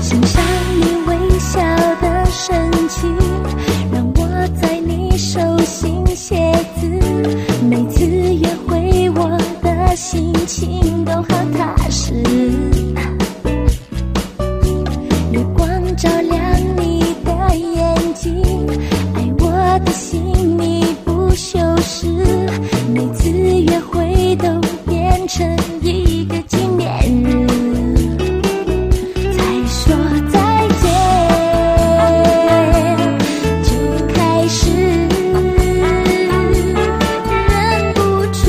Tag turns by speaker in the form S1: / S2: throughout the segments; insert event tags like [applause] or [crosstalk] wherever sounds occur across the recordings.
S1: 欣赏你微笑的神情，让我在你手心写字。每次约会，我的心情都好踏实。月光照亮你的眼睛，爱我的心你不修饰。每次约会都变成一个纪念日。才说再见，就开始忍不住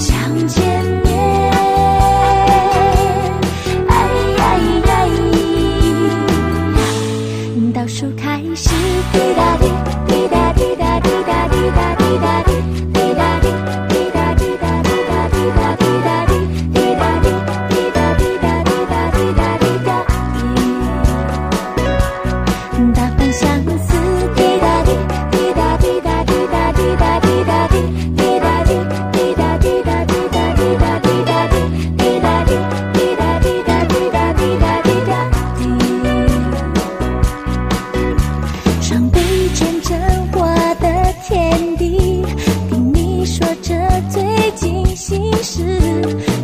S1: 想见面。哎呀哎呀！倒数开始，滴答滴，滴答滴答滴答滴答滴答滴，滴答滴，滴答滴答滴答滴答滴答滴，滴答滴，滴答滴答滴答滴答滴答滴。大半相思，滴答滴，滴答滴答滴答滴答滴答滴，滴答滴，滴答滴答滴答滴答滴答滴，滴答滴，滴答滴答滴答滴答滴答滴。双臂牵着我的天地，听你说着最近心事，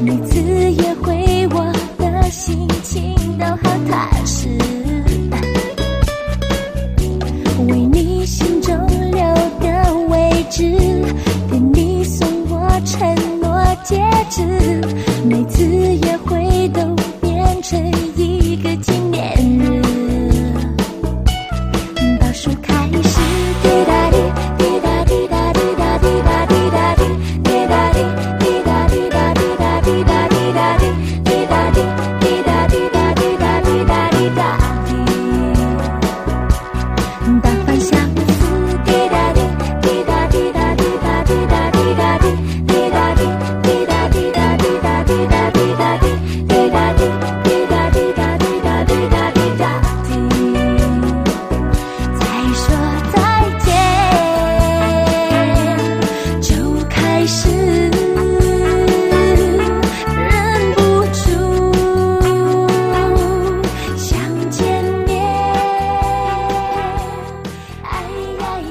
S1: 每次约会我的心情都好踏实。为你心中留个位置，给你送我承诺戒指，每次约会都变成一个纪念日。倒数开始，滴答滴，滴答滴答滴答滴答滴答滴，滴答滴，滴答滴答滴答滴答滴答滴，滴答滴，滴答滴答滴答滴答滴答滴。大半相思，滴答滴，滴答滴答滴答滴答滴答滴，滴答滴，滴答滴答滴答滴答滴答滴，滴答滴，滴答滴答滴答滴答滴答滴。再说再见，就开始忍不住想见面。哎呀呀！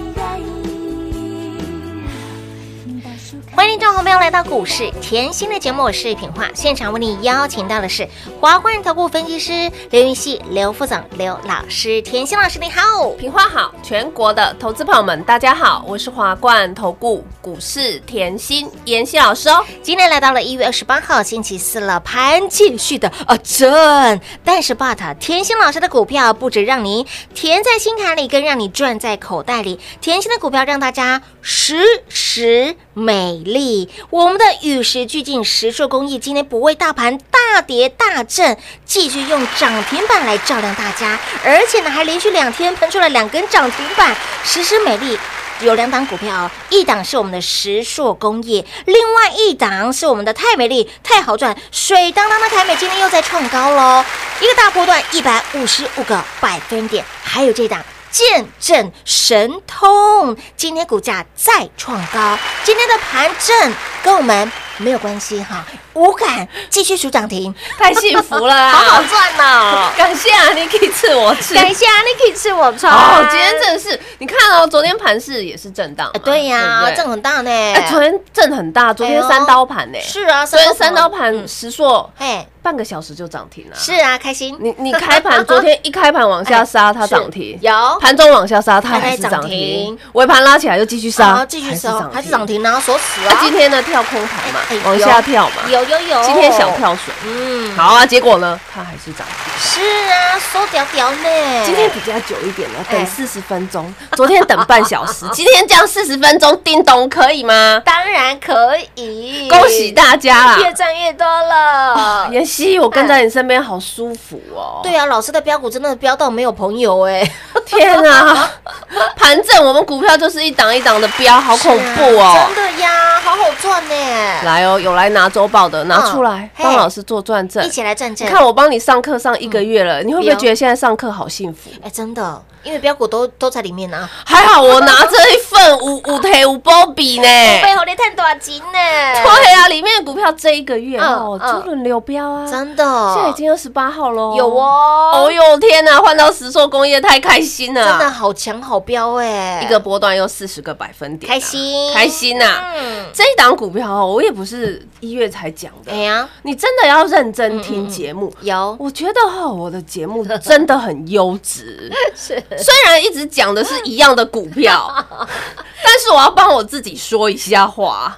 S2: 欢迎听众朋友来到股市甜心的节目，我是品化，现场为你邀请到的是华冠投顾分析师刘云熙、刘副总、刘老师，甜心老师你好。
S3: 平花好，全国的投资朋友们，大家好，我是华冠投顾股市甜心妍希老师哦。
S2: 今天来到了一月二十八号星期四了，盘继续的啊震，但是 but 甜心老师的股票啊不止让你甜在心坎里，更让你赚在口袋里。甜心的股票让大家时时美丽，我们的与时俱进实做公益今天不为大盘大跌大震，继续用涨停板来照亮大家，而且呢还连续两天喷出了两根涨停板，时时美丽。有两档股票哦，一档是我们的石硕工业，另外一档是我们的太美丽、太好赚、水当当的凯美，今天又在创高喽，一个大波段一百五十五个百分点，还有这档。见证神通，今天股价再创高。今天的盘正跟我们没有关系哈，无感，继续数涨停，
S3: [laughs] 太幸福了啊
S2: 好好赚哦！
S3: 感谢啊，你可以赐我吃。
S2: 感谢 Niki 吃我穿，
S3: [laughs] 哦，今天真的是，你看哦，昨天盘市也是震荡嘛、
S2: 呃对呀，
S3: 对不对哎
S2: 正很大呢
S3: 哎，昨天震很大，昨天三刀盘呢、
S2: 是啊，
S3: 昨天三刀
S2: 盘
S3: 盘，石硕
S2: 嘿，
S3: 半个小时就涨停了、
S2: 是啊，开心。
S3: 你你开盘昨天一开盘往下 [laughs] 杀，它
S2: [laughs] 是
S3: 涨停；
S2: 有
S3: 盘中往下杀，它
S2: 它还
S3: 哎还是
S2: 涨
S3: 涨
S2: 停
S3: 停；尾盘拉起来又继续
S2: 好
S3: 杀，
S2: 继续
S3: 还是
S2: 收，还是涨
S3: 停。
S2: 停，然后锁死
S3: 那
S2: 啊。
S3: 今天呢，跳空盘嘛
S2: 哎，
S3: 往下跳嘛，
S2: 有有有，
S3: 今天小，跳水。
S2: 嗯，
S3: 好啊，结果呢，它还是涨停。
S2: 是啊，收屌屌呢。
S3: 今天比较久一点了，
S2: 哎
S3: 等四十分钟。昨天等半小
S2: [laughs]
S3: 时，今天这样四十分钟，叮咚可以吗？
S2: 当然可以，
S3: 恭喜啊大家啦！
S2: 越赚越多
S3: [laughs]
S2: 了。
S3: 妍希，我跟在你身边好舒服哦。
S2: 对啊，老师的标股真的标到没有朋友哎，
S3: 天啊， [laughs] 盘正我们股票就是一档一档的飙，好恐怖哦
S2: 啊 [laughs] 真！的呀，好好赚呢，
S3: 来哦，有来拿周报的拿出来，
S2: 嗯
S3: 帮
S2: 嘿
S3: 老师做转正
S2: 一。起嗯来赚
S3: 你
S2: 赚。
S3: 看我帮你上课上一个月了，你会不会
S2: 有
S3: 觉得现在上课好幸福？
S2: 哎，真的，因为标股都都在里面啊，
S3: 还好我拿这一
S2: [laughs]
S3: 份五五腿五波比呢。
S2: 背后你探多少钱呢？
S3: 哎对啊，里面的股票这一个月
S2: 嗯
S3: 哦，
S2: 嗯
S3: 就轮流标啊。
S2: 真的，
S3: 现在已经二十八号喽。
S2: 有。
S3: 哦
S2: 哦，
S3: 呦天哪，换到石塑工业太开心了，
S2: 真的好强好标哎，
S3: 一个波段又四十个百分点啊，
S2: 开心
S3: 开心呐、
S2: 嗯，
S3: 这一档股票哦，我也不是一月才讲的，
S2: 哎嗯呀，
S3: 你真的要认真听节目。
S2: 有
S3: 我觉得哈、我的节目真的很优质，
S2: [laughs] 是
S3: 虽然一直讲的是一样的股票，
S2: [laughs]
S3: 但是我要帮我自己说一下话，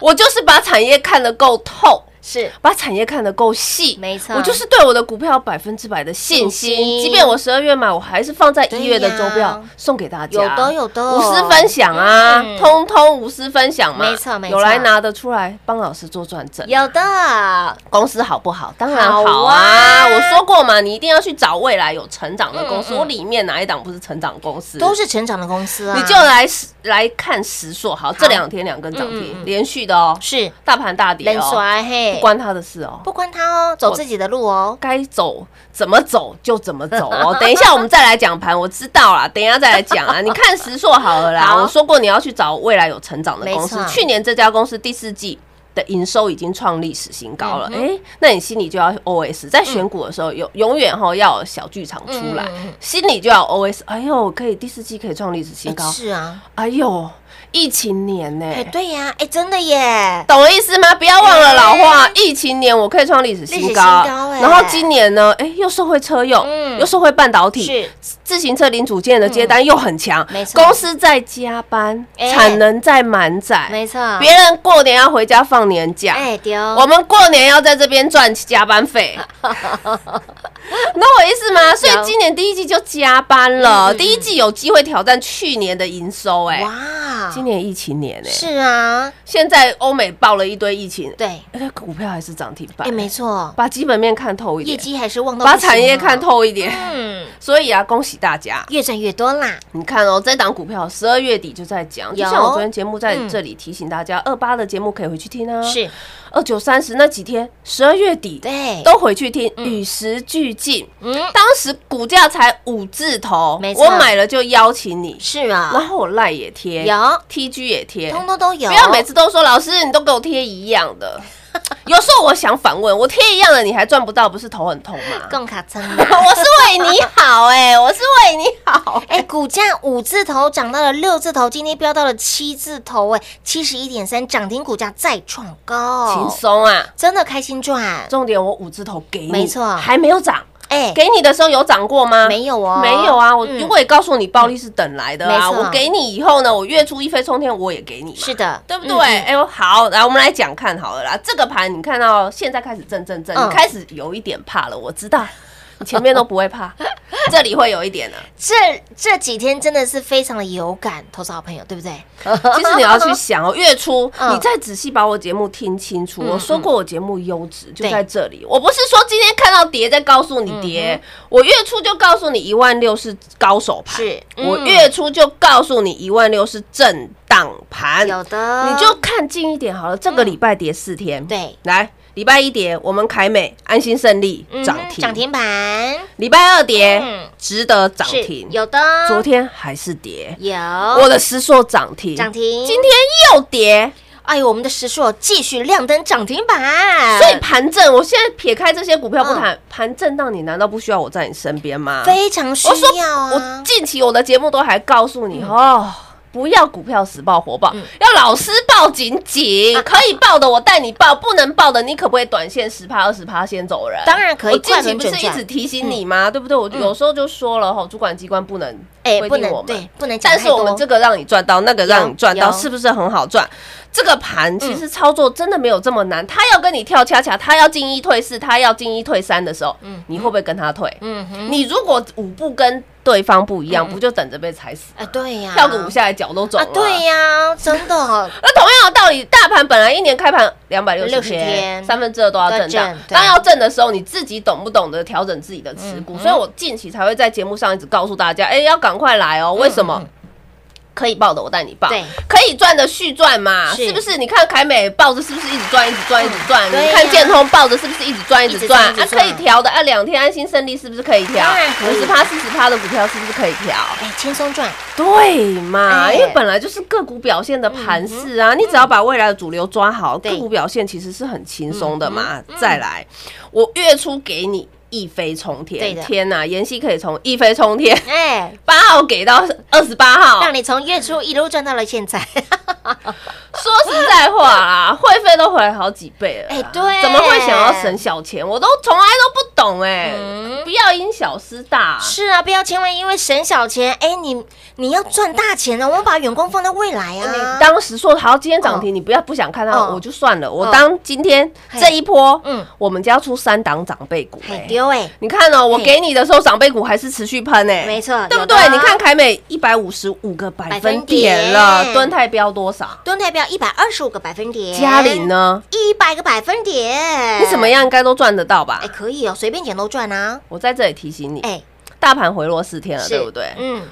S3: 我就是把产业看得够透。
S2: 是
S3: 把产业看得够细，
S2: 没错
S3: 我就是对我的股票有百分之百的信心。
S2: 信心
S3: 即便我十二月买，我还是放在一月的
S2: 对呀
S3: 周表送给大家。
S2: 有的有的
S3: 无私分享啊，
S2: 嗯
S3: 通通无私分享嘛。
S2: 没错没错
S3: 有来拿得出来帮老师做转正。
S2: 有的，
S3: 公司好不好？当然好啊！
S2: 好啊
S3: 我说过嘛，你一定要去找未来有成长的公司。
S2: 嗯嗯
S3: 我里面哪一档不是成长公司？
S2: 都是成长的公司啊，
S3: 你就来来看实硕，好，这两天两根涨停，
S2: 嗯嗯嗯
S3: 连续的哦，
S2: 是
S3: 大盘大跌
S2: 人
S3: 哦，
S2: 衰嘿，
S3: 不关他的事哦。
S2: 不关他哦，走自己的路哦。
S3: 该走怎么走就怎么
S2: [laughs]
S3: 走哦。等一下我们再来讲盘，我知道啦，等一下再来讲啊。你看石硕好了啦，
S2: 好
S3: 我说过你要去找未来有成长的公司
S2: 没。错
S3: 去年这家公司第四季。的营收已经创历史新高了，
S2: 嗯
S3: 哎、那你心里就要 O S，在选股的时候，永永远哈要有小剧场出来，
S2: 嗯嗯嗯
S3: 心里就要 O S。哎呦，可以第四季可以创历史新高，
S2: 哎是啊，
S3: 哎呦，疫情年呢、
S2: 哎，对呀，哎，真的耶，
S3: 懂我意思吗？不要忘了老话，疫情年我可以创历史新高，
S2: 嗯历史新高欸
S3: 然后今年呢，哎、又受惠车用，
S2: 嗯
S3: 又受惠半导体，
S2: 是嗯
S3: 自行车零组件的接单又很强，
S2: 没错
S3: 公司在加班，
S2: 哎
S3: 产能在满载，
S2: 没错，
S3: 哎别人过年要回家放年假。
S2: 哎丢，
S3: 我们过年要在这边赚加班
S2: [laughs]
S3: 费，你懂我意思吗？所以
S2: 有
S3: 今年第一季就加班了，
S2: 嗯嗯嗯
S3: 第一季有机会挑战去年的营收、哎，
S2: 哇，
S3: 今年疫情年、哎，
S2: 是啊，
S3: 现在欧美爆了一堆疫情，
S2: 对，
S3: 哎、股票还是涨停板、欸
S2: 哎，没，错，
S3: 把基本面看透一
S2: 业
S3: 点，
S2: 绩还是望到
S3: 把
S2: 不行啊
S3: 产业看，透一点。
S2: 嗯，
S3: 所以啊，恭喜大家！
S2: 越赚越多啦，
S3: 你看哦，这档股票十二月底就在讲，就
S2: 有嗯
S3: 像我昨天节目在这里提醒大家，二八、的节目可以回去听啊。
S2: 是
S3: 二九三十那几天，十二月底
S2: 对，
S3: 都回去听，与时俱进。
S2: 嗯
S3: 当时股价才五字头
S2: 没，错
S3: 我买了就邀请你，
S2: 是
S3: 然
S2: 啊，
S3: 后我赖也贴，
S2: 有
S3: TG 也贴，
S2: 通通都有，
S3: 不要每次都说老师，你都给我贴一样 [laughs] 的。有时候我想反问，我贴一样的你还赚不到，不是头很痛吗？
S2: 共卡真的。
S3: [laughs] 我是为你好哎、我是为你好。
S2: [laughs] 哎，股价五字头涨到了六字头，今天飙到了七字头，哎，七十一点三，涨停股价再创
S3: 轻
S2: 高，
S3: 松啊！
S2: 真的开心赚，
S3: 重点我五字头给你，
S2: 没错
S3: 还没有涨。
S2: 哎，
S3: 给你的时候有涨过吗？
S2: 没有哦
S3: 没有啊。我
S2: 嗯
S3: 如果也告诉你暴利是等来的啊，
S2: 没错
S3: 我给你以后呢，我月初一飞冲天，我也给你嘛，
S2: 是的，
S3: 对不
S2: 嗯
S3: 对？哎呦，好，来我们来讲看好了啦。这个盘你看到现在开始震震震，
S2: 嗯
S3: 你开始有一点怕了，我知道。你前面都不会怕， [laughs] 这里会有一点呢、
S2: 这这几天真的是非常的有感，投资好朋友，对不对？
S3: 其实你要去想哦，月初、
S2: [laughs] 嗯
S3: 你再仔细把我节目听清楚。
S2: 嗯
S3: 我说过我节目优质就
S2: 对
S3: 在这里，我不是说今天看到跌再告诉你跌，
S2: 嗯
S3: 我月初就告诉你一万六是高手盘，
S2: 是嗯
S3: 我月初就告诉你一万六是震荡盘，
S2: 有的，
S3: 你就看近一点好了。这个礼拜跌四天，
S2: 啊嗯对，
S3: 来礼拜一跌，我们凯美、安心胜利
S2: 嗯
S3: 涨停，
S2: 涨。停板
S3: 礼拜二跌，
S2: 嗯
S3: 值得涨
S2: 是
S3: 停。
S2: 有的，
S3: 昨天还是跌，
S2: 有
S3: 我的实硕涨停，
S2: 涨停，
S3: 今天又跌，
S2: 哎呦，我们的时数继续亮灯涨停板，
S3: 所以盘正，我现在撇开这些股票不
S2: 嗯
S3: 谈，盘正到你难道不需要我在你身边吗？
S2: 非常需
S3: 啊我说
S2: 要
S3: 我
S2: 啊，嗯
S3: 近期我的节目都还告诉你哦。不要股票时报火爆，要老师抱紧
S2: 啊
S3: 紧，可以抱的我带你抱，不能抱的你可不可以短线十趴二十趴先走人？
S2: 当然可以
S3: 我近
S2: 快
S3: 期
S2: 门
S3: 不
S2: 准
S3: 是一
S2: 转
S3: 直提醒你吗？对不对？我就有时候就说了吼，主管机关不能
S2: 嗯哎，
S3: 规
S2: 不
S3: 定我
S2: 能
S3: 们，
S2: 对，不能讲
S3: 但
S2: 太
S3: 是我们
S2: 多。
S3: 这个让你赚到，那个让你赚到，
S2: 有嗯
S3: 是不是很好赚？这个盘其实操作真的没有这么难。他要跟你跳恰恰，他要进一退四，他要进一退三的时候，你会不会跟他退？
S2: 嗯哼，
S3: 你如果舞步跟对方不一样，不就等着被踩死？
S2: 啊，对呀，
S3: 跳个舞下来脚都肿
S2: 啊
S3: 了。，
S2: 对呀，真的 [laughs]
S3: 那同样的道理，大盘本来一年开盘两百六十
S2: 60天
S3: 天，三分之二都要震
S2: 都要
S3: 荡
S2: 震。对
S3: 当要震的时候，你自己懂不懂得调整自己的持
S2: 嗯
S3: 股？所以我近期才会在节目上一直告诉大家，哎，要赶快来哦。为什么？可以报的我带你报，
S2: 嗯对
S3: 可以赚的续赚嘛，
S2: 是
S3: 是不是？你看凯美报的是不是一直赚，一直赚，一直赚？
S2: 对
S3: 你
S2: 呀
S3: 看建通报的是不是一直赚，一直赚？
S2: 一直赚一直
S3: 啊，可
S2: 赚
S3: 以调的啊，两天安心胜利是不是可以调
S2: 当然？可
S3: 五
S2: 以
S3: 十趴、四十趴的股票是不是可以调？
S2: 哎，轻松赚，
S3: 对嘛？
S2: 哎嗯
S3: 因为本来就是个股表现的盘势啊，你只要把未来的主流抓好，
S2: 对嗯
S3: 个股表现其实是很轻松的嘛。再来，我月初给你一飞冲
S2: 对
S3: 天，
S2: 的
S3: 天呐，妍希可以从一飞冲天 [laughs]
S2: 哎，
S3: 八号给到二十八号，
S2: 让你从月初一路赚到了现在。
S3: 说实在话啦，会费都回来好几倍了
S2: 哎
S3: 啦。
S2: 对
S3: 怎么会想要省小钱？我都从来都不懂哎、
S2: 嗯
S3: 不要因小失大。
S2: [laughs] 是啊，不要千万因为省小钱，哎，你你要赚大钱啊！我们把眼光放在未来
S3: 哎你
S2: 啊。
S3: 当时说好，今天涨停，你不要不想看到
S2: 嗯
S3: 我就算了。我
S2: 嗯
S3: 当今天
S2: 嘿
S3: 这一波，
S2: 嗯
S3: 嗯，我们家出三档长辈股、
S2: 很
S3: 欸
S2: 丢哎，
S3: 你看哦，我
S2: 嘿
S3: 给你的时候，长辈股还是持续喷诶、
S2: 没错
S3: 对
S2: 有
S3: 不
S2: 的
S3: 对？你看凯美一百五十五个百分
S2: 百分
S3: 点了，
S2: 点
S3: 敦泰标多少？
S2: 蹲代表一百二十五个百分点，
S3: 嘉玲呢？
S2: 一百个百分点，
S3: 你怎么？样应该都赚得到吧
S2: 哎，？可以哦，随便捡都赚啊。
S3: 我在这里提醒你，
S2: 哎，
S3: 大盘回落四天了，
S2: 是
S3: 啊对不对？
S2: 嗯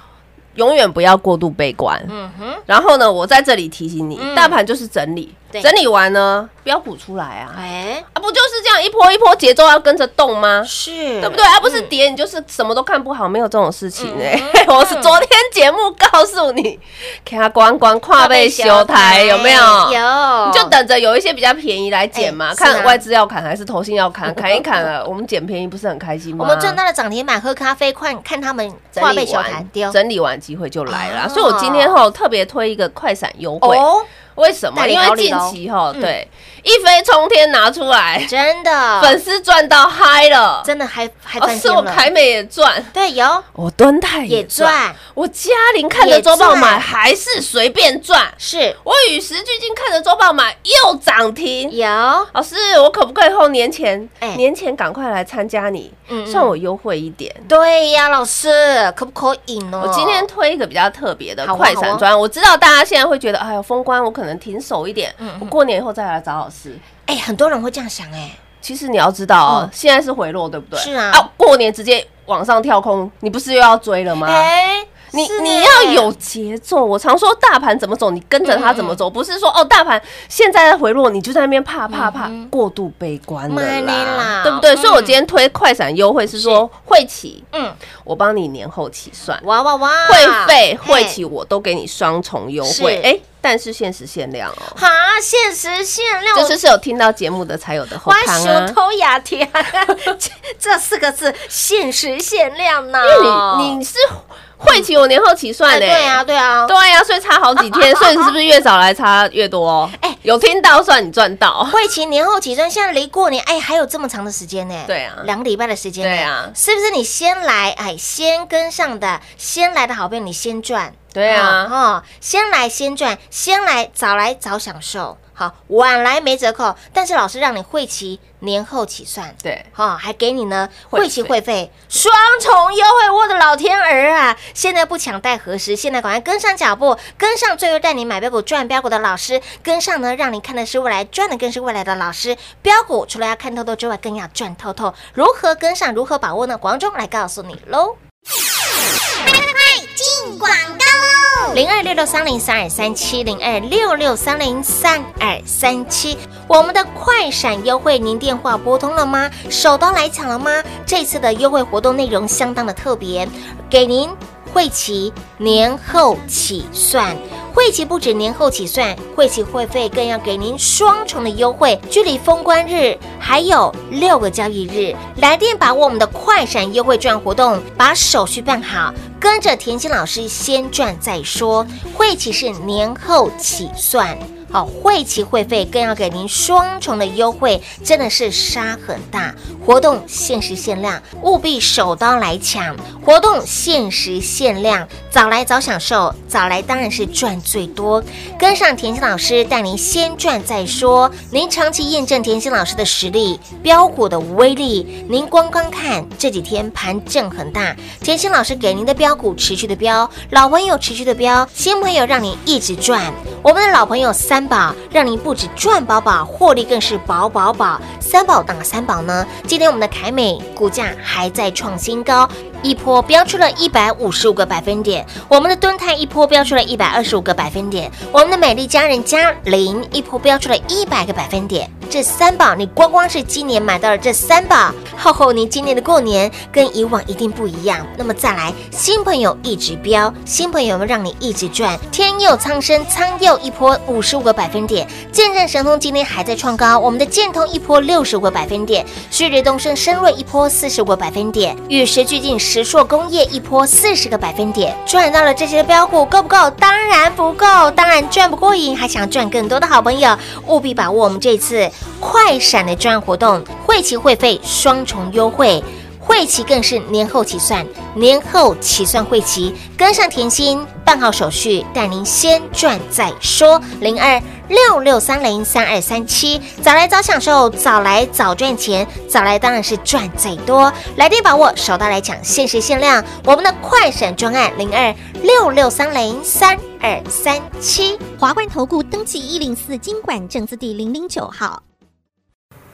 S3: 永远不要过度悲观。
S2: 嗯哼，
S3: 然后呢，我在这里提醒你
S2: 嗯，
S3: 大盘就是整理，
S2: 对
S3: 整理完呢，标股出来啊，
S2: 哎，
S3: 啊，不就是这样一波一波节奏要跟着动吗？
S2: 是，嗯
S3: 对不对？啊，不是跌，你就是什么都看不好，没有这种事情哎、 [laughs] 我是
S2: 嗯
S3: 昨天节目告诉你，给它关关跨被修台有没有？
S2: 哎有，
S3: 你就等着有一些比较便宜来减嘛，
S2: 哎是啊
S3: 看外资要砍还是投信要砍，砍一砍了，我们捡便宜不是很开心吗？
S2: 我们赚到了涨停板，喝咖啡，看看他们
S3: 整
S2: 化
S3: 理
S2: 被小
S3: 完
S2: 谈丢
S3: 整理完机会就来了，
S2: 哦
S3: 所以我今天吼特别推一个快闪优惠，
S2: 哦，
S3: 为什
S2: 带
S3: 么？
S2: 你
S3: 因
S2: 搞
S3: 为
S2: 你
S3: 近
S2: 咯
S3: 期吼
S2: 嗯
S3: 对一飞冲天拿出来，
S2: 真的，
S3: 粉丝赚到嗨了，
S2: 真的还还
S3: 哦
S2: 赚
S3: 是
S2: 钱
S3: 我
S2: 了，
S3: 凯美也赚，
S2: 对，有
S3: 我敦泰
S2: 也赚，
S3: 我嘉玲看着周报买还是随便赚，
S2: 是
S3: 我与时俱进看着周报买又涨停。
S2: 有，
S3: 老师，我可不可以后年前
S2: 哎？
S3: 年前赶快来参加你
S2: 嗯嗯，
S3: 算我优惠一点。
S2: 对呀，老师可不可以呢？
S3: 我今天推一个比较特别的
S2: 哦好啊
S3: 快闪专，我知道大家现在会觉得，哎呦，封关我可能停手一点，
S2: 嗯
S3: 我过年以后再来找老师。
S2: 哎，很多人会这样想哎，
S3: 其实你要知道
S2: 嗯
S3: 哦，现在是回落，对不对？
S2: 是啊
S3: 啊，过年直接往上跳空，你不是又要追了吗？
S2: 哎，
S3: 你
S2: 是哎
S3: 你要有节奏。我常说大盘怎么走，你跟着它怎
S2: 嗯
S3: 么走，不是说哦大盘现在在回落，你就在那边怕怕怕，
S2: 嗯
S3: 过度悲观了
S2: 慢呢啦
S3: 啦，对不对？
S2: 嗯
S3: 所以我今天推快闪优惠是说会期，
S2: 嗯，
S3: 我帮你年后起算。
S2: 哇哇哇，
S3: 会费、
S2: 嘿
S3: 会期我都给你双重优惠
S2: 是，
S3: 哎，但是限时限量哦，
S2: 哈，限时限量，
S3: 这就是有听到节目的才有的后
S2: 花
S3: 康
S2: 熊
S3: 啊。
S2: 偷雅甜，啊 [laughs] 这这四个字限时限量呢。
S3: 因为你你是会期我年后起算
S2: 哎
S3: 的，
S2: 对啊，对啊，
S3: 对呀、所以差好几天，所以你是不是越早来差越多、哦？
S2: 哎
S3: 有听到算你赚
S2: [laughs]
S3: 到。
S2: 会期年后起算，现在离过年哎还有这么长的时间呢。
S3: 对啊
S2: 两个礼拜的时间呢。
S3: 对啊
S2: 是不是你先来哎，先跟上的，先来的好朋友你先赚。
S3: 对啊
S2: 哦，哦先来先赚，先来早来早享受。好，晚来没折扣，但是老师让你会期年后起算。
S3: 对，
S2: 哦，还给你呢，
S3: 会
S2: 会期
S3: 费
S2: 会费双重优惠，我的老天儿啊！现在不抢待何时？现在赶快跟上脚步，跟上最后带你买标股赚标股的老师，跟上呢，让你看的是未来，赚的更是未来的老师。标股除了要看透透之外，更要赚透透。如何跟上？如何把握呢？黄忠来告诉你喽。零二六六三零三二三七零二六六三零三二三七。我们的快闪优惠，您电话拨通了吗？手刀来抢了吗？这次的优惠活动内容相当的特别，给您会期年后起算。会期不止年后起算，会期会费更要给您双重的优惠，距离封关日还有六个交易日，来电把握我们的快闪优惠券活动，把手续办好，跟着甜心老师先赚再说。会期是年后起算。好，会期会费更要给您双重的优惠，真的是杀很大。活动限时限量，务必手刀来抢！活动限时限量，早来早享受，早来当然是赚最多。跟上甜心老师，带您先赚再说。您长期验证甜心老师的实力，标股的威力，您光光看这几天盘震很大，甜心老师给您的标股持续的标，老朋友持续的标，新朋友让您一直赚。我们的老朋友三宝，让您不止赚饱饱，获利更是饱饱饱。三宝哪三宝呢？今天我们的凯美股价还在创新高，一波飙出了一百五十五个百分点；我们的敦泰一波飙出了一百二十五个百分点；我们的美丽佳人嘉玲一波飙出了一百个百分点。这三宝，你光光是今年买到了这三宝，厚厚你今年的过年跟以往一定不一样。那么再来，新朋友一直飙，新朋友们让你一直赚，天佑苍生，苍佑一波五十五个百分点，见证神通今天还在创高，我们的建通一波六十个百分点，旭日东升深润一波四十个百分点，与时俱进石硕工业一波四十个百分点，赚到了这些标股够不够？当然不够，当然赚不过瘾，还想赚更多的好朋友，务必把握我们这次快闪的专案活动，会期会费双重优惠。会期更是年后起算，年后起算会期，跟上甜心，办好手续，带您先赚再说。零二六六三零三二三七，早来早享受，早来早赚钱，早来当然是赚最多。来电把握，手到来抢，限时限量，我们的快闪专案零二六六三零三二三七。
S4: 华冠投顾登记一零四经管证字第零零九号。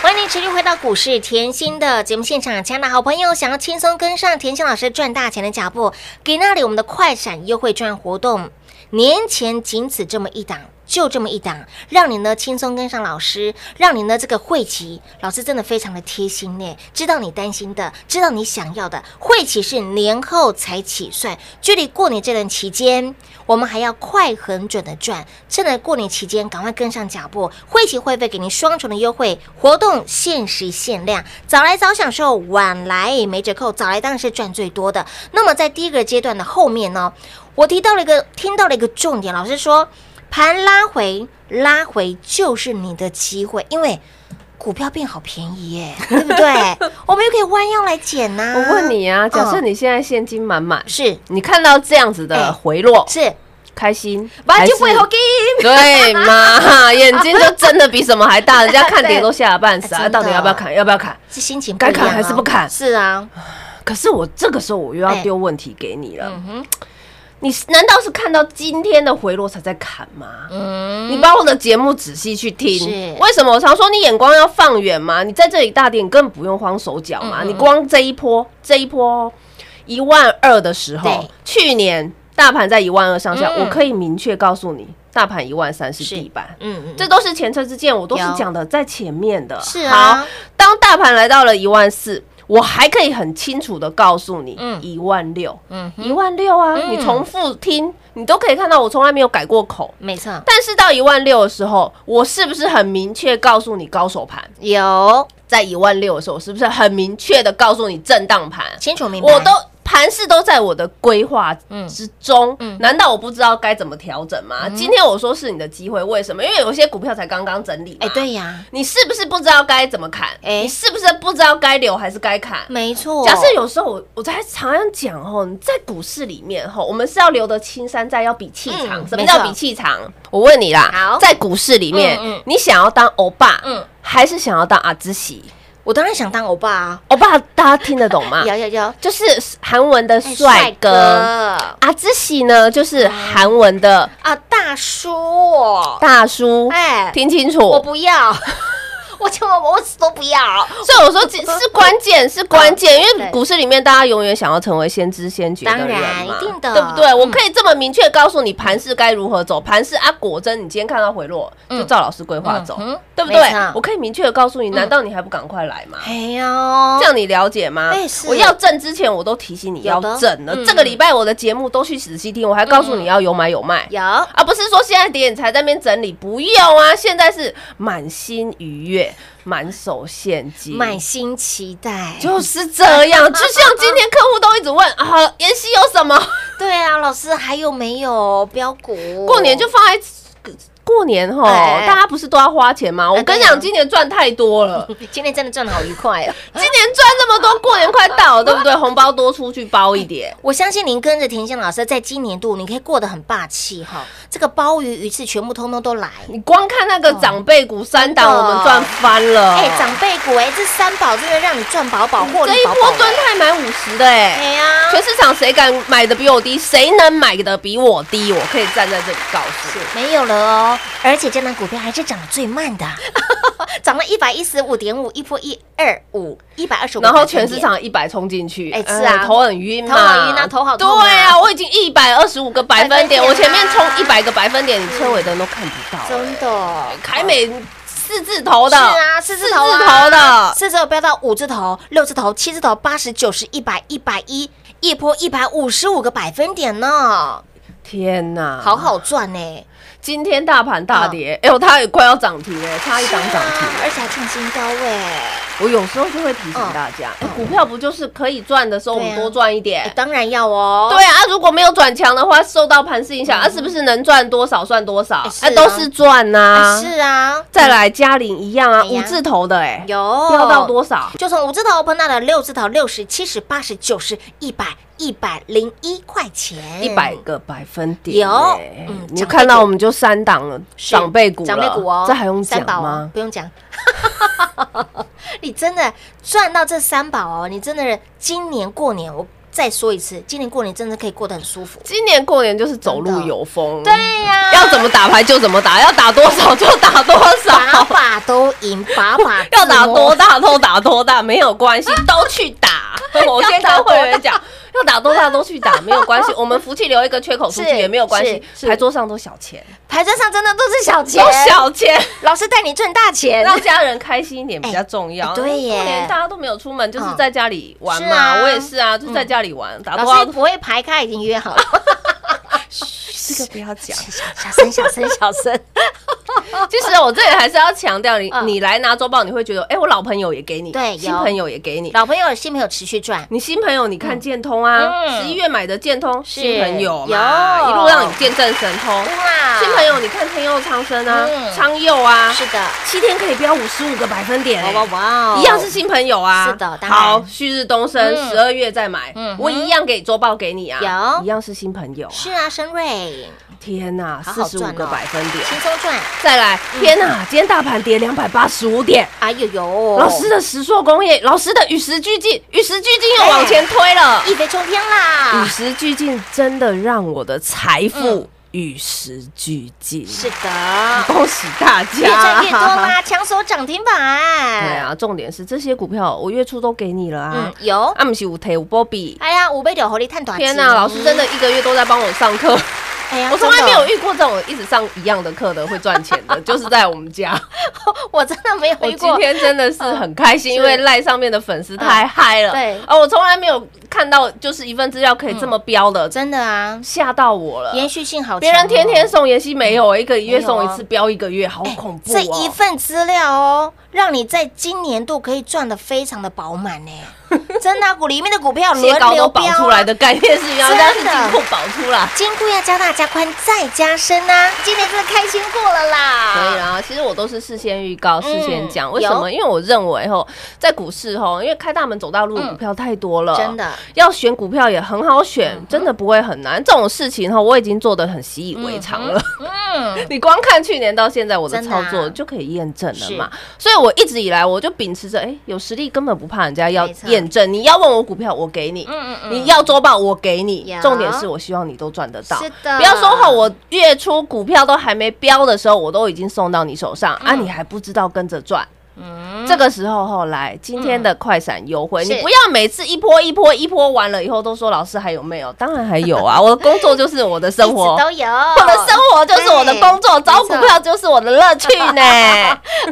S2: 欢迎您持续回到股市甜心的节目现场，亲爱的好朋友，想要轻松跟上甜心老师赚大钱的脚步，给那里我们的快闪优惠券活动，年前仅此这么一档。就这么一档，让你呢轻松跟上老师，让你呢这个会期，老师真的非常的贴心呢，知道你担心的，知道你想要的。会期是年后才起算，距离过年这段期间，我们还要快很准的赚。趁着过年期间，赶快跟上脚步，会期会费给您双重的优惠活动，限时限量，早来早享受，晚来没折扣，早来当然是赚最多的。那么在第一个阶段的后面呢，我提到了一个，听到了一个重点，老师说。盘拉回，拉回就是你的机会，因为股票变好便宜耶，对不对？我们又可以弯腰来捡呐、
S3: 我问你啊，假设
S2: 嗯
S3: 你现在现金满满，
S2: 是
S3: 你看到这样
S2: 嗯
S3: 子
S2: 哎
S3: 的回落，
S2: 是，
S3: 开心，
S2: 完
S3: 还
S2: 全
S3: 是
S2: 不会好给。
S3: 对
S2: [laughs]
S3: 嘛？眼睛就睁的比什么还大，人家看
S2: 对
S3: 顶都吓得半死
S2: 哎
S3: 啊！
S2: 真的
S3: 到底要不要砍？要不要砍？
S2: 这心情不
S3: 该
S2: 一样
S3: 砍还是
S2: 哦
S3: 不砍
S2: 是啊，
S3: 可是我这个时候我又要
S2: 哎
S3: 丢问题给你了，
S2: 嗯哼，
S3: 你难道是看到今天的回落才在砍吗？
S2: 嗯，
S3: 你把我的节目仔细去听，
S2: 是
S3: 为什么我常说你眼光要放远嘛？你在这里大跌，你根本不用慌手脚嘛。
S2: 嗯嗯
S3: 你光这一波，这一波哦一万二的时候
S2: 对，
S3: 去年大盘在一万二上下，
S2: 嗯
S3: 我可以明确告诉你，大盘一万三是
S2: 是
S3: 地板。
S2: 嗯嗯，
S3: 这都是前车之鉴，我都是
S2: 有
S3: 讲的在前面的。
S2: 是啊
S3: 好，当大盘来到了一万四，我还可以很清楚的告诉你，
S2: 嗯
S3: 一万六，
S2: 嗯哼
S3: 一万六啊，
S2: 嗯
S3: 你重复听，你都可以看到我从来没有改过口。
S2: 没错，
S3: 但是到一万六的时候，我是不是很明确告诉你高手盘？
S2: 有
S3: 在一万六的时候，我是不是很明确的告诉你震荡盘？
S2: 清楚明白，
S3: 我都盘势都在我的规划
S2: 嗯
S3: 之中，
S2: 嗯
S3: 难道我不知道该怎么调整吗？今天我说是你的机会，为什么？因为有些股票才刚刚整理，
S2: 哎，对，呀，
S3: 你是不是不知道该怎么砍？
S2: 哎
S3: 你是不是不知道该留还是该砍？
S2: 没错。
S3: 假设有时候我我在常常讲哦，你在股市里面吼，我们是要留得青山在，要比气场。
S2: 嗯
S3: 什么叫
S2: 没错
S3: 比气场？我问你啦，
S2: 好
S3: 在股市里面，
S2: 嗯嗯
S3: 你想要当欧巴，
S2: 嗯
S3: 嗯，还是想要当阿兹喜？
S2: 我当然想当欧巴啊，
S3: 欧巴大家听得懂
S2: [laughs]
S3: 吗？
S2: 有有有，
S3: 就是韩文的
S2: 哎
S3: 帅哥，阿兹喜呢就是韩文的
S2: 啊，大叔哦，
S3: 大叔，
S2: 哎，
S3: 听清楚。
S2: 我不要， [laughs] 我就我我死都不要。
S3: [laughs] 所以我说这是关键，是关键，因
S2: 嗯对
S3: 为股市里面大家永远想要成为先知先觉的人嘛
S2: 当然一定的
S3: 对不对？
S2: 嗯
S3: 我可以这么明确告诉你盘势该如何走，盘势啊，果真你今天看到回落，就照老师规划走
S2: 嗯嗯哼，
S3: 对不对
S2: 没错？嗯
S3: 我可以明确的告诉你，难道你还不赶快来吗？
S2: 哎呦
S3: 这，样你了解吗
S2: 哎是？
S3: 我要挣之前，我都提醒你
S2: 有
S3: 要
S2: 的
S3: 挣了
S2: 嗯。
S3: 这个礼拜我的节目都去仔细听，我还告诉你要有买有卖。
S2: 有
S3: 而不是说现在跌你才在那边整理，不用啊！现在是满心愉悦，满手现金，
S2: 满心期待，
S3: 就是这
S2: [laughs]
S3: 样，就像今天客户都一直问啊，妍希有什么？
S2: 对啊，老师还有没有标股？
S3: 过年就放在过年吼，
S2: 哎哎
S3: 大家不是都要花钱吗？我跟你
S2: 对啊
S3: 讲，今年赚太多了，
S2: 今天真的赚的好愉快哦。
S3: [laughs] 今年赚那么多，过年快到了，对不对？红包多出去包一点，
S2: 我相信您跟着田心老师，在今年度你可以过得很霸气哈。这个鲍鱼、鱼翅全部通通都来。
S3: 你光看那个长辈股三档，
S2: 真的
S3: 我们赚翻了。
S2: 哎，长辈股哎，这三宝真的让你赚饱饱，获利
S3: 这一
S2: 饱
S3: 波
S2: 饱。
S3: 蹲泰买五十的哎。
S2: 哎呀，
S3: 全市场谁敢买的比我低，谁能买的比我低，我可以站在这里告诉你。
S2: 没有了哦。而且这档股票还是涨得最慢的， [laughs] 涨了一百一十五点五，一波一二五，一百二十五。
S3: 然后全市场一百冲进去，
S2: 哎是啊
S3: 嗯头很晕嘛，
S2: 头很晕啊头好痛啊
S3: 对啊，我已经一百二十五个百分点，
S2: 百
S3: 我
S2: 分点啊
S3: 前面冲一百个百分点，你车尾灯都看不到。欸
S2: 真的
S3: 凯美四字头
S2: 是
S3: 的，
S2: 啊，四字头啊
S3: 哦四字头的
S2: 四字头飙到五字头、六字头、七字头、八十、九十、一百、一百一，一波一百五十五个百分点呢，
S3: 天哪，
S2: 好，好赚呢，
S3: 今天大盘大跌，哎呦，它也快要涨停了，差一档涨停。
S2: 啊而且还创新高哎，
S3: 我有时候就会提醒大家，哎股票不就是可以赚的时候，我
S2: 哦对啊
S3: 们多赚一点
S2: 哎。当然要哦，
S3: 对啊，如果没有转强的话，受到盘势影响，啊，是不是能赚多少算多少
S2: 嗯哎？是啊
S3: 哎，都是赚呐。
S2: 哎，是啊，
S3: 再来嘉玲一样啊，
S2: 哎呀
S3: 五字头的哎、欸，
S2: 有
S3: 飙到多少？
S2: 就从五字头碰到了六字头，六十、七十、八十、九十、一百、一百零一块钱，
S3: 一百个百分点、
S2: 哎有
S3: 欸，
S2: 嗯
S3: 你
S2: 长辈股
S3: 看到我们就三档了，
S2: 是
S3: 长辈股了，
S2: 长辈股哦，
S3: 这还用讲
S2: 三宝哦
S3: 吗？
S2: 不用讲。 [laughs] 你真的赚到这三宝哦，你真的今年过年，我再说一次，今年过年真的可以过得很舒服。
S3: 今年过年就是走路有风，
S2: 对啊呀、
S3: 要怎么打牌就怎么打，要打多少就打多
S2: 把
S3: 少，
S2: 把都赢，把把
S3: [laughs] 要打
S2: 自摸
S3: 多大都打多大，没有关
S2: [laughs]
S3: 系，都去打。我先跟会员讲，要打多大都去打，没有关系，我们福气留一个缺口出去
S2: 是
S3: 也没有关系，
S2: 是是
S3: 牌桌上都小钱，
S2: 牌桌上真的都是小钱
S3: 都，小钱。
S2: 老师带你赚大钱。
S3: 让家人开心一点比较重要。
S2: 哎对耶嗯
S3: 过年大家都没有出门，就是在家里玩
S2: 是啊
S3: 嘛。我也是啊，就在家里玩，打
S2: 老
S3: 包
S2: 师。不会排开，已经约好了。
S3: 这个不要讲。
S2: 小小声，小
S3: [laughs]
S2: 声，小声。
S3: 其实我这里还是要强调，你
S2: 嗯
S3: 你来拿周报，你会觉得，哎，我老朋友也给你，
S2: 对有
S3: 新朋友也给你。
S2: 老朋友新朋友持续赚，
S3: 你新朋友，你看建通啊，
S2: 嗯
S3: 十一月买的建通，新朋友嘛，
S2: 有
S3: 一路让你见证神通。
S2: 哇
S3: 新朋友，你看天佑昌生啊
S2: 嗯，
S3: 昌佑啊，
S2: 是的，
S3: 七天可以飙五十五个百分点
S2: 哇
S3: 欸，
S2: 哇哇哦，
S3: 一样是新朋友啊，
S2: 是的当然
S3: 好，旭日东升，
S2: 嗯
S3: 十二月再买
S2: 嗯，哼
S3: 我一样给周报给你啊，
S2: 有
S3: 一样是新朋友啊，
S2: 是啊，深瑞
S3: 天哪，
S2: 好
S3: 四
S2: 好
S3: 十五
S2: 赚哦嗯
S3: 个百分点，
S2: 轻松赚，
S3: 再来，天哪，今天大盘跌两百八十五点，
S2: 哎呦呦，
S3: 老师的石硕工业，老师的与时俱进，与时俱进
S2: 哎
S3: 又往前推了，
S2: 一飞冲天
S3: 与
S2: 啦！
S3: 时俱进真的让我的财
S2: 啊嗯
S3: 富与时俱进，
S2: 是的，
S3: 恭喜大家，
S2: 越赚越多
S3: [laughs]
S2: 啦，抢手涨停板。
S3: 对
S2: 对，
S3: 啊，重点是这些股票我月初都给你了啊
S2: 嗯，，有。
S3: 啊，不是有提有波比，
S2: 哎呀，五倍九红利探短期
S3: 啊天啊呐、老师真的，一个月都在帮我上课，
S2: 哎呀，
S3: 我从来没有
S2: 遇，
S3: 遇过这种一直上一样的课的会赚钱 [laughs] 的，就是在我们家。
S2: 我真的没有
S3: 我
S2: 遇
S3: 今
S2: 过。
S3: 天真的是很开心，
S2: 嗯
S3: 因为赖上面的粉丝太嗨了。
S2: 嗯对
S3: 啊，我从来没有看到就是一份资料可以这么标的，
S2: 真的啊，
S3: 吓到我了。
S2: 延续性好强哦，
S3: 别人天天送妍希没有，一啊个月送一
S2: 没有
S3: 次，标一个月，好
S2: 哎
S3: 恐怖
S2: 这一
S3: 哦！ [laughs]
S2: 份资料哦，让你在今年度可以赚的非常的饱满呢。真的啊、股里面的股票
S3: 蟹
S2: 轮
S3: 膏
S2: 流
S3: 都
S2: 飙
S3: 保
S2: 啊
S3: 出来的概念是一样，
S2: 真的
S3: 但是金库保出来。
S2: 金库要加大加宽再加深啊！今年真的开心过了啦，
S3: 可以啊啦，其实我都是事先预告、事先讲，为什么？
S2: 啊嗯有
S3: 因为我认为吼，在股市吼，因为开大门走大路，股票太多了，
S2: 嗯真的。嗯
S3: 要选股票也很好选，真的不会很难。这种事情哈，我已经做的很习以为常了。嗯， [laughs] 你光看去年到现在我的
S2: 真的
S3: 操
S2: 啊
S3: 作就可以验证了嘛。所以我一直以来我就秉持着，哎，有实力根本不怕人家要
S2: 没错
S3: 验证。你要问我股票，我给你；
S2: 嗯嗯
S3: 你要周报，我给你
S2: 有。
S3: 重点是我希望你都赚得到。
S2: 是的
S3: 不要说哈，我月初股票都还没标的时候，我都已经送到你手上
S2: 嗯
S3: 啊，你还不知道跟着赚。这个时候后来今天的快闪优惠，
S2: 嗯是
S3: 你不要每次一波一波一波完了以后都说老师还有没有？当然还有啊，我的工作就是我的生
S2: [laughs]
S3: 活
S2: 一直。都有，
S3: 我的生活就是我的工作，
S2: 对
S3: 找股票就是我的乐趣呢。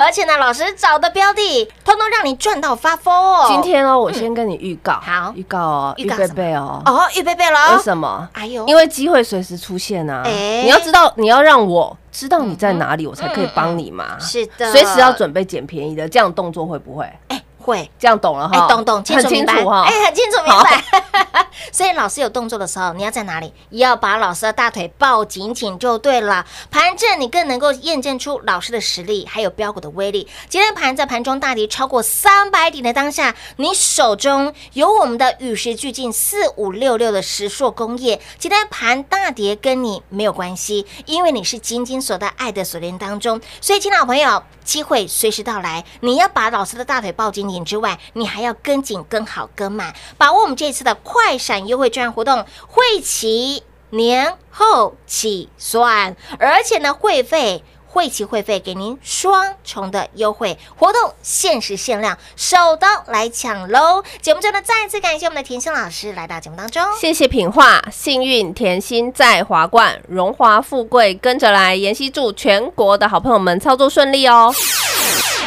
S2: 而且呢，老师找的标的，通通让你赚到发疯哦。
S3: 今天哦，我先跟你预告，
S2: 好
S3: 预告哦，
S2: 预
S3: 预
S2: 告
S3: 备
S2: 什么
S3: 备哦。
S2: 哦，预备备了，
S3: 为什么？
S2: 哎呦，
S3: 因为机会随时出现啊！
S2: 哎
S3: 你要知道，你要让我知道你在哪里，我才可以帮你嘛。
S2: 嗯是的
S3: 随时要准备捡便宜的，这样动作会不会？
S2: 哎会。
S3: 这样懂了
S2: 哎
S3: 哈？，
S2: 懂懂，清
S3: 很
S2: 楚明
S3: 清
S2: 白
S3: 楚哈。，
S2: 哎，很清楚明白。 [laughs] 所以老师有动作的时候，你要在哪里？要把老师的大腿抱紧紧就对了。盘正，你更能够验证出老师的实力，还有标股的威力。今天盘在盘中大跌超过三百点的当下，你手中有我们的与时俱进四五六六的石硕工业，今天盘大跌跟你没有关系，因为你是紧紧锁在爱的锁链当中。所以，亲爱的朋友，机会随时到来，你要把老师的大腿抱紧紧之外，你还要跟紧、跟好、跟满，把握我们这次的快闪优惠券活动，会期年后起算，而且呢，会费。会期会费给您双重的优惠活动，限时限量，手刀来抢喽！节目中呢，再次感谢我们的甜心老师来到节目当中。
S3: 谢谢品画，幸运甜心在华冠，荣华富贵跟着来。妍希祝全国的好朋友们操作顺利哦。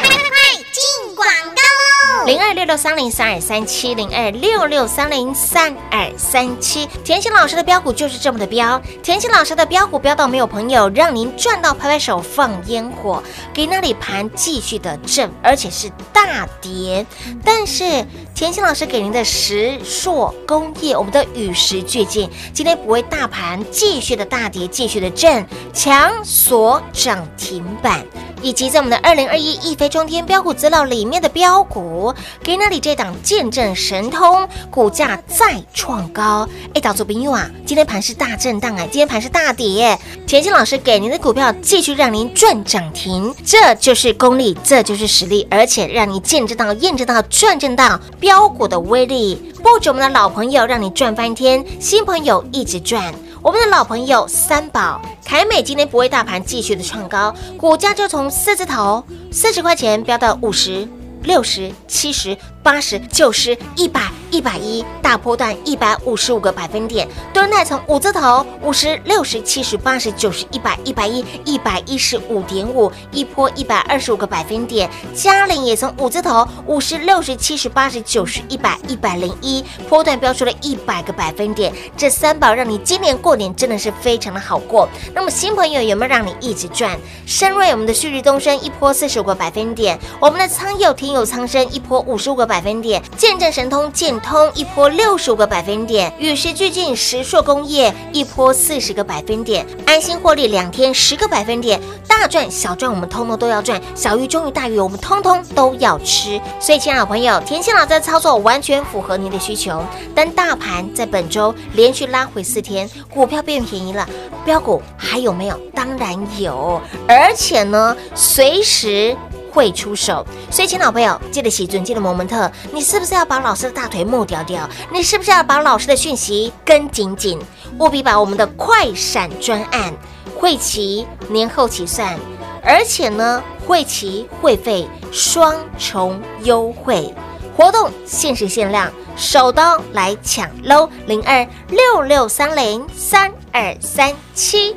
S5: 进广告喽！
S2: 零二六六三零三二三七零二六六三零三二三七，甜心老师的标股就是这么的标，甜心老师的标股标到没有朋友，让您赚到拍拍手放烟火，给那里盘继续的震，而且是大跌。但是甜心老师给您的石硕工业，我们的与时俱进，今天不会大盘继续的大跌，继续的震，强锁涨停板。以及在我们的二零二一一飞中天标股资料里面的标股，给那里这档见证神通，股价再创高。哎，岛主朋友啊，今天盘是大震荡哎，今天盘是大跌。田心老师给您的股票继续让您赚涨停，这就是功力，这就是实力，而且让你见证到、验证到、赚证到标股的威力。不止我们的老朋友让你赚翻天，新朋友一直赚。我们的老朋友三宝凯美今天不为大盘继续的创高，股价就从四字头四十块钱飙到五十。六十七十八十九十一百一百一大波段一百五十五个百分点，蹲泰从五字头五十六十七十八十九十一百一百一一百一十五点五一波一百二十五个百分点，嘉玲也从五字头五十六十七十八十九十一百一百零一波段标出了一百个百分点，这三宝让你今年过年真的是非常的好过。那么新朋友有没有让你一直赚？深瑞我们的旭日东升一波四十五个百分点，我们的苍佑天有苍生一波五十五个百分点，见证神通建通一波六十五个百分点，与时俱进石硕工业一波四十个百分点，安心获利两天十个百分点，大赚小赚我们通通都要赚，小鱼中鱼大鱼我们通通都要吃。所以，亲爱的朋友，田心老师的操作完全符合您的需求。但大盘在本周连续拉回四天，股票变便宜了，标股还有没有？当然有，而且呢，随时。会出手，所以，亲老朋友，记得喜尊，记得摩门特，你是不是要把老师的大腿木掉掉？你是不是要把老师的讯息跟紧紧？务必把我们的快闪专案会期年后起算，而且呢，会期会费双重优惠活动，限时限量，手刀来抢喽！零二六六三零三二三七。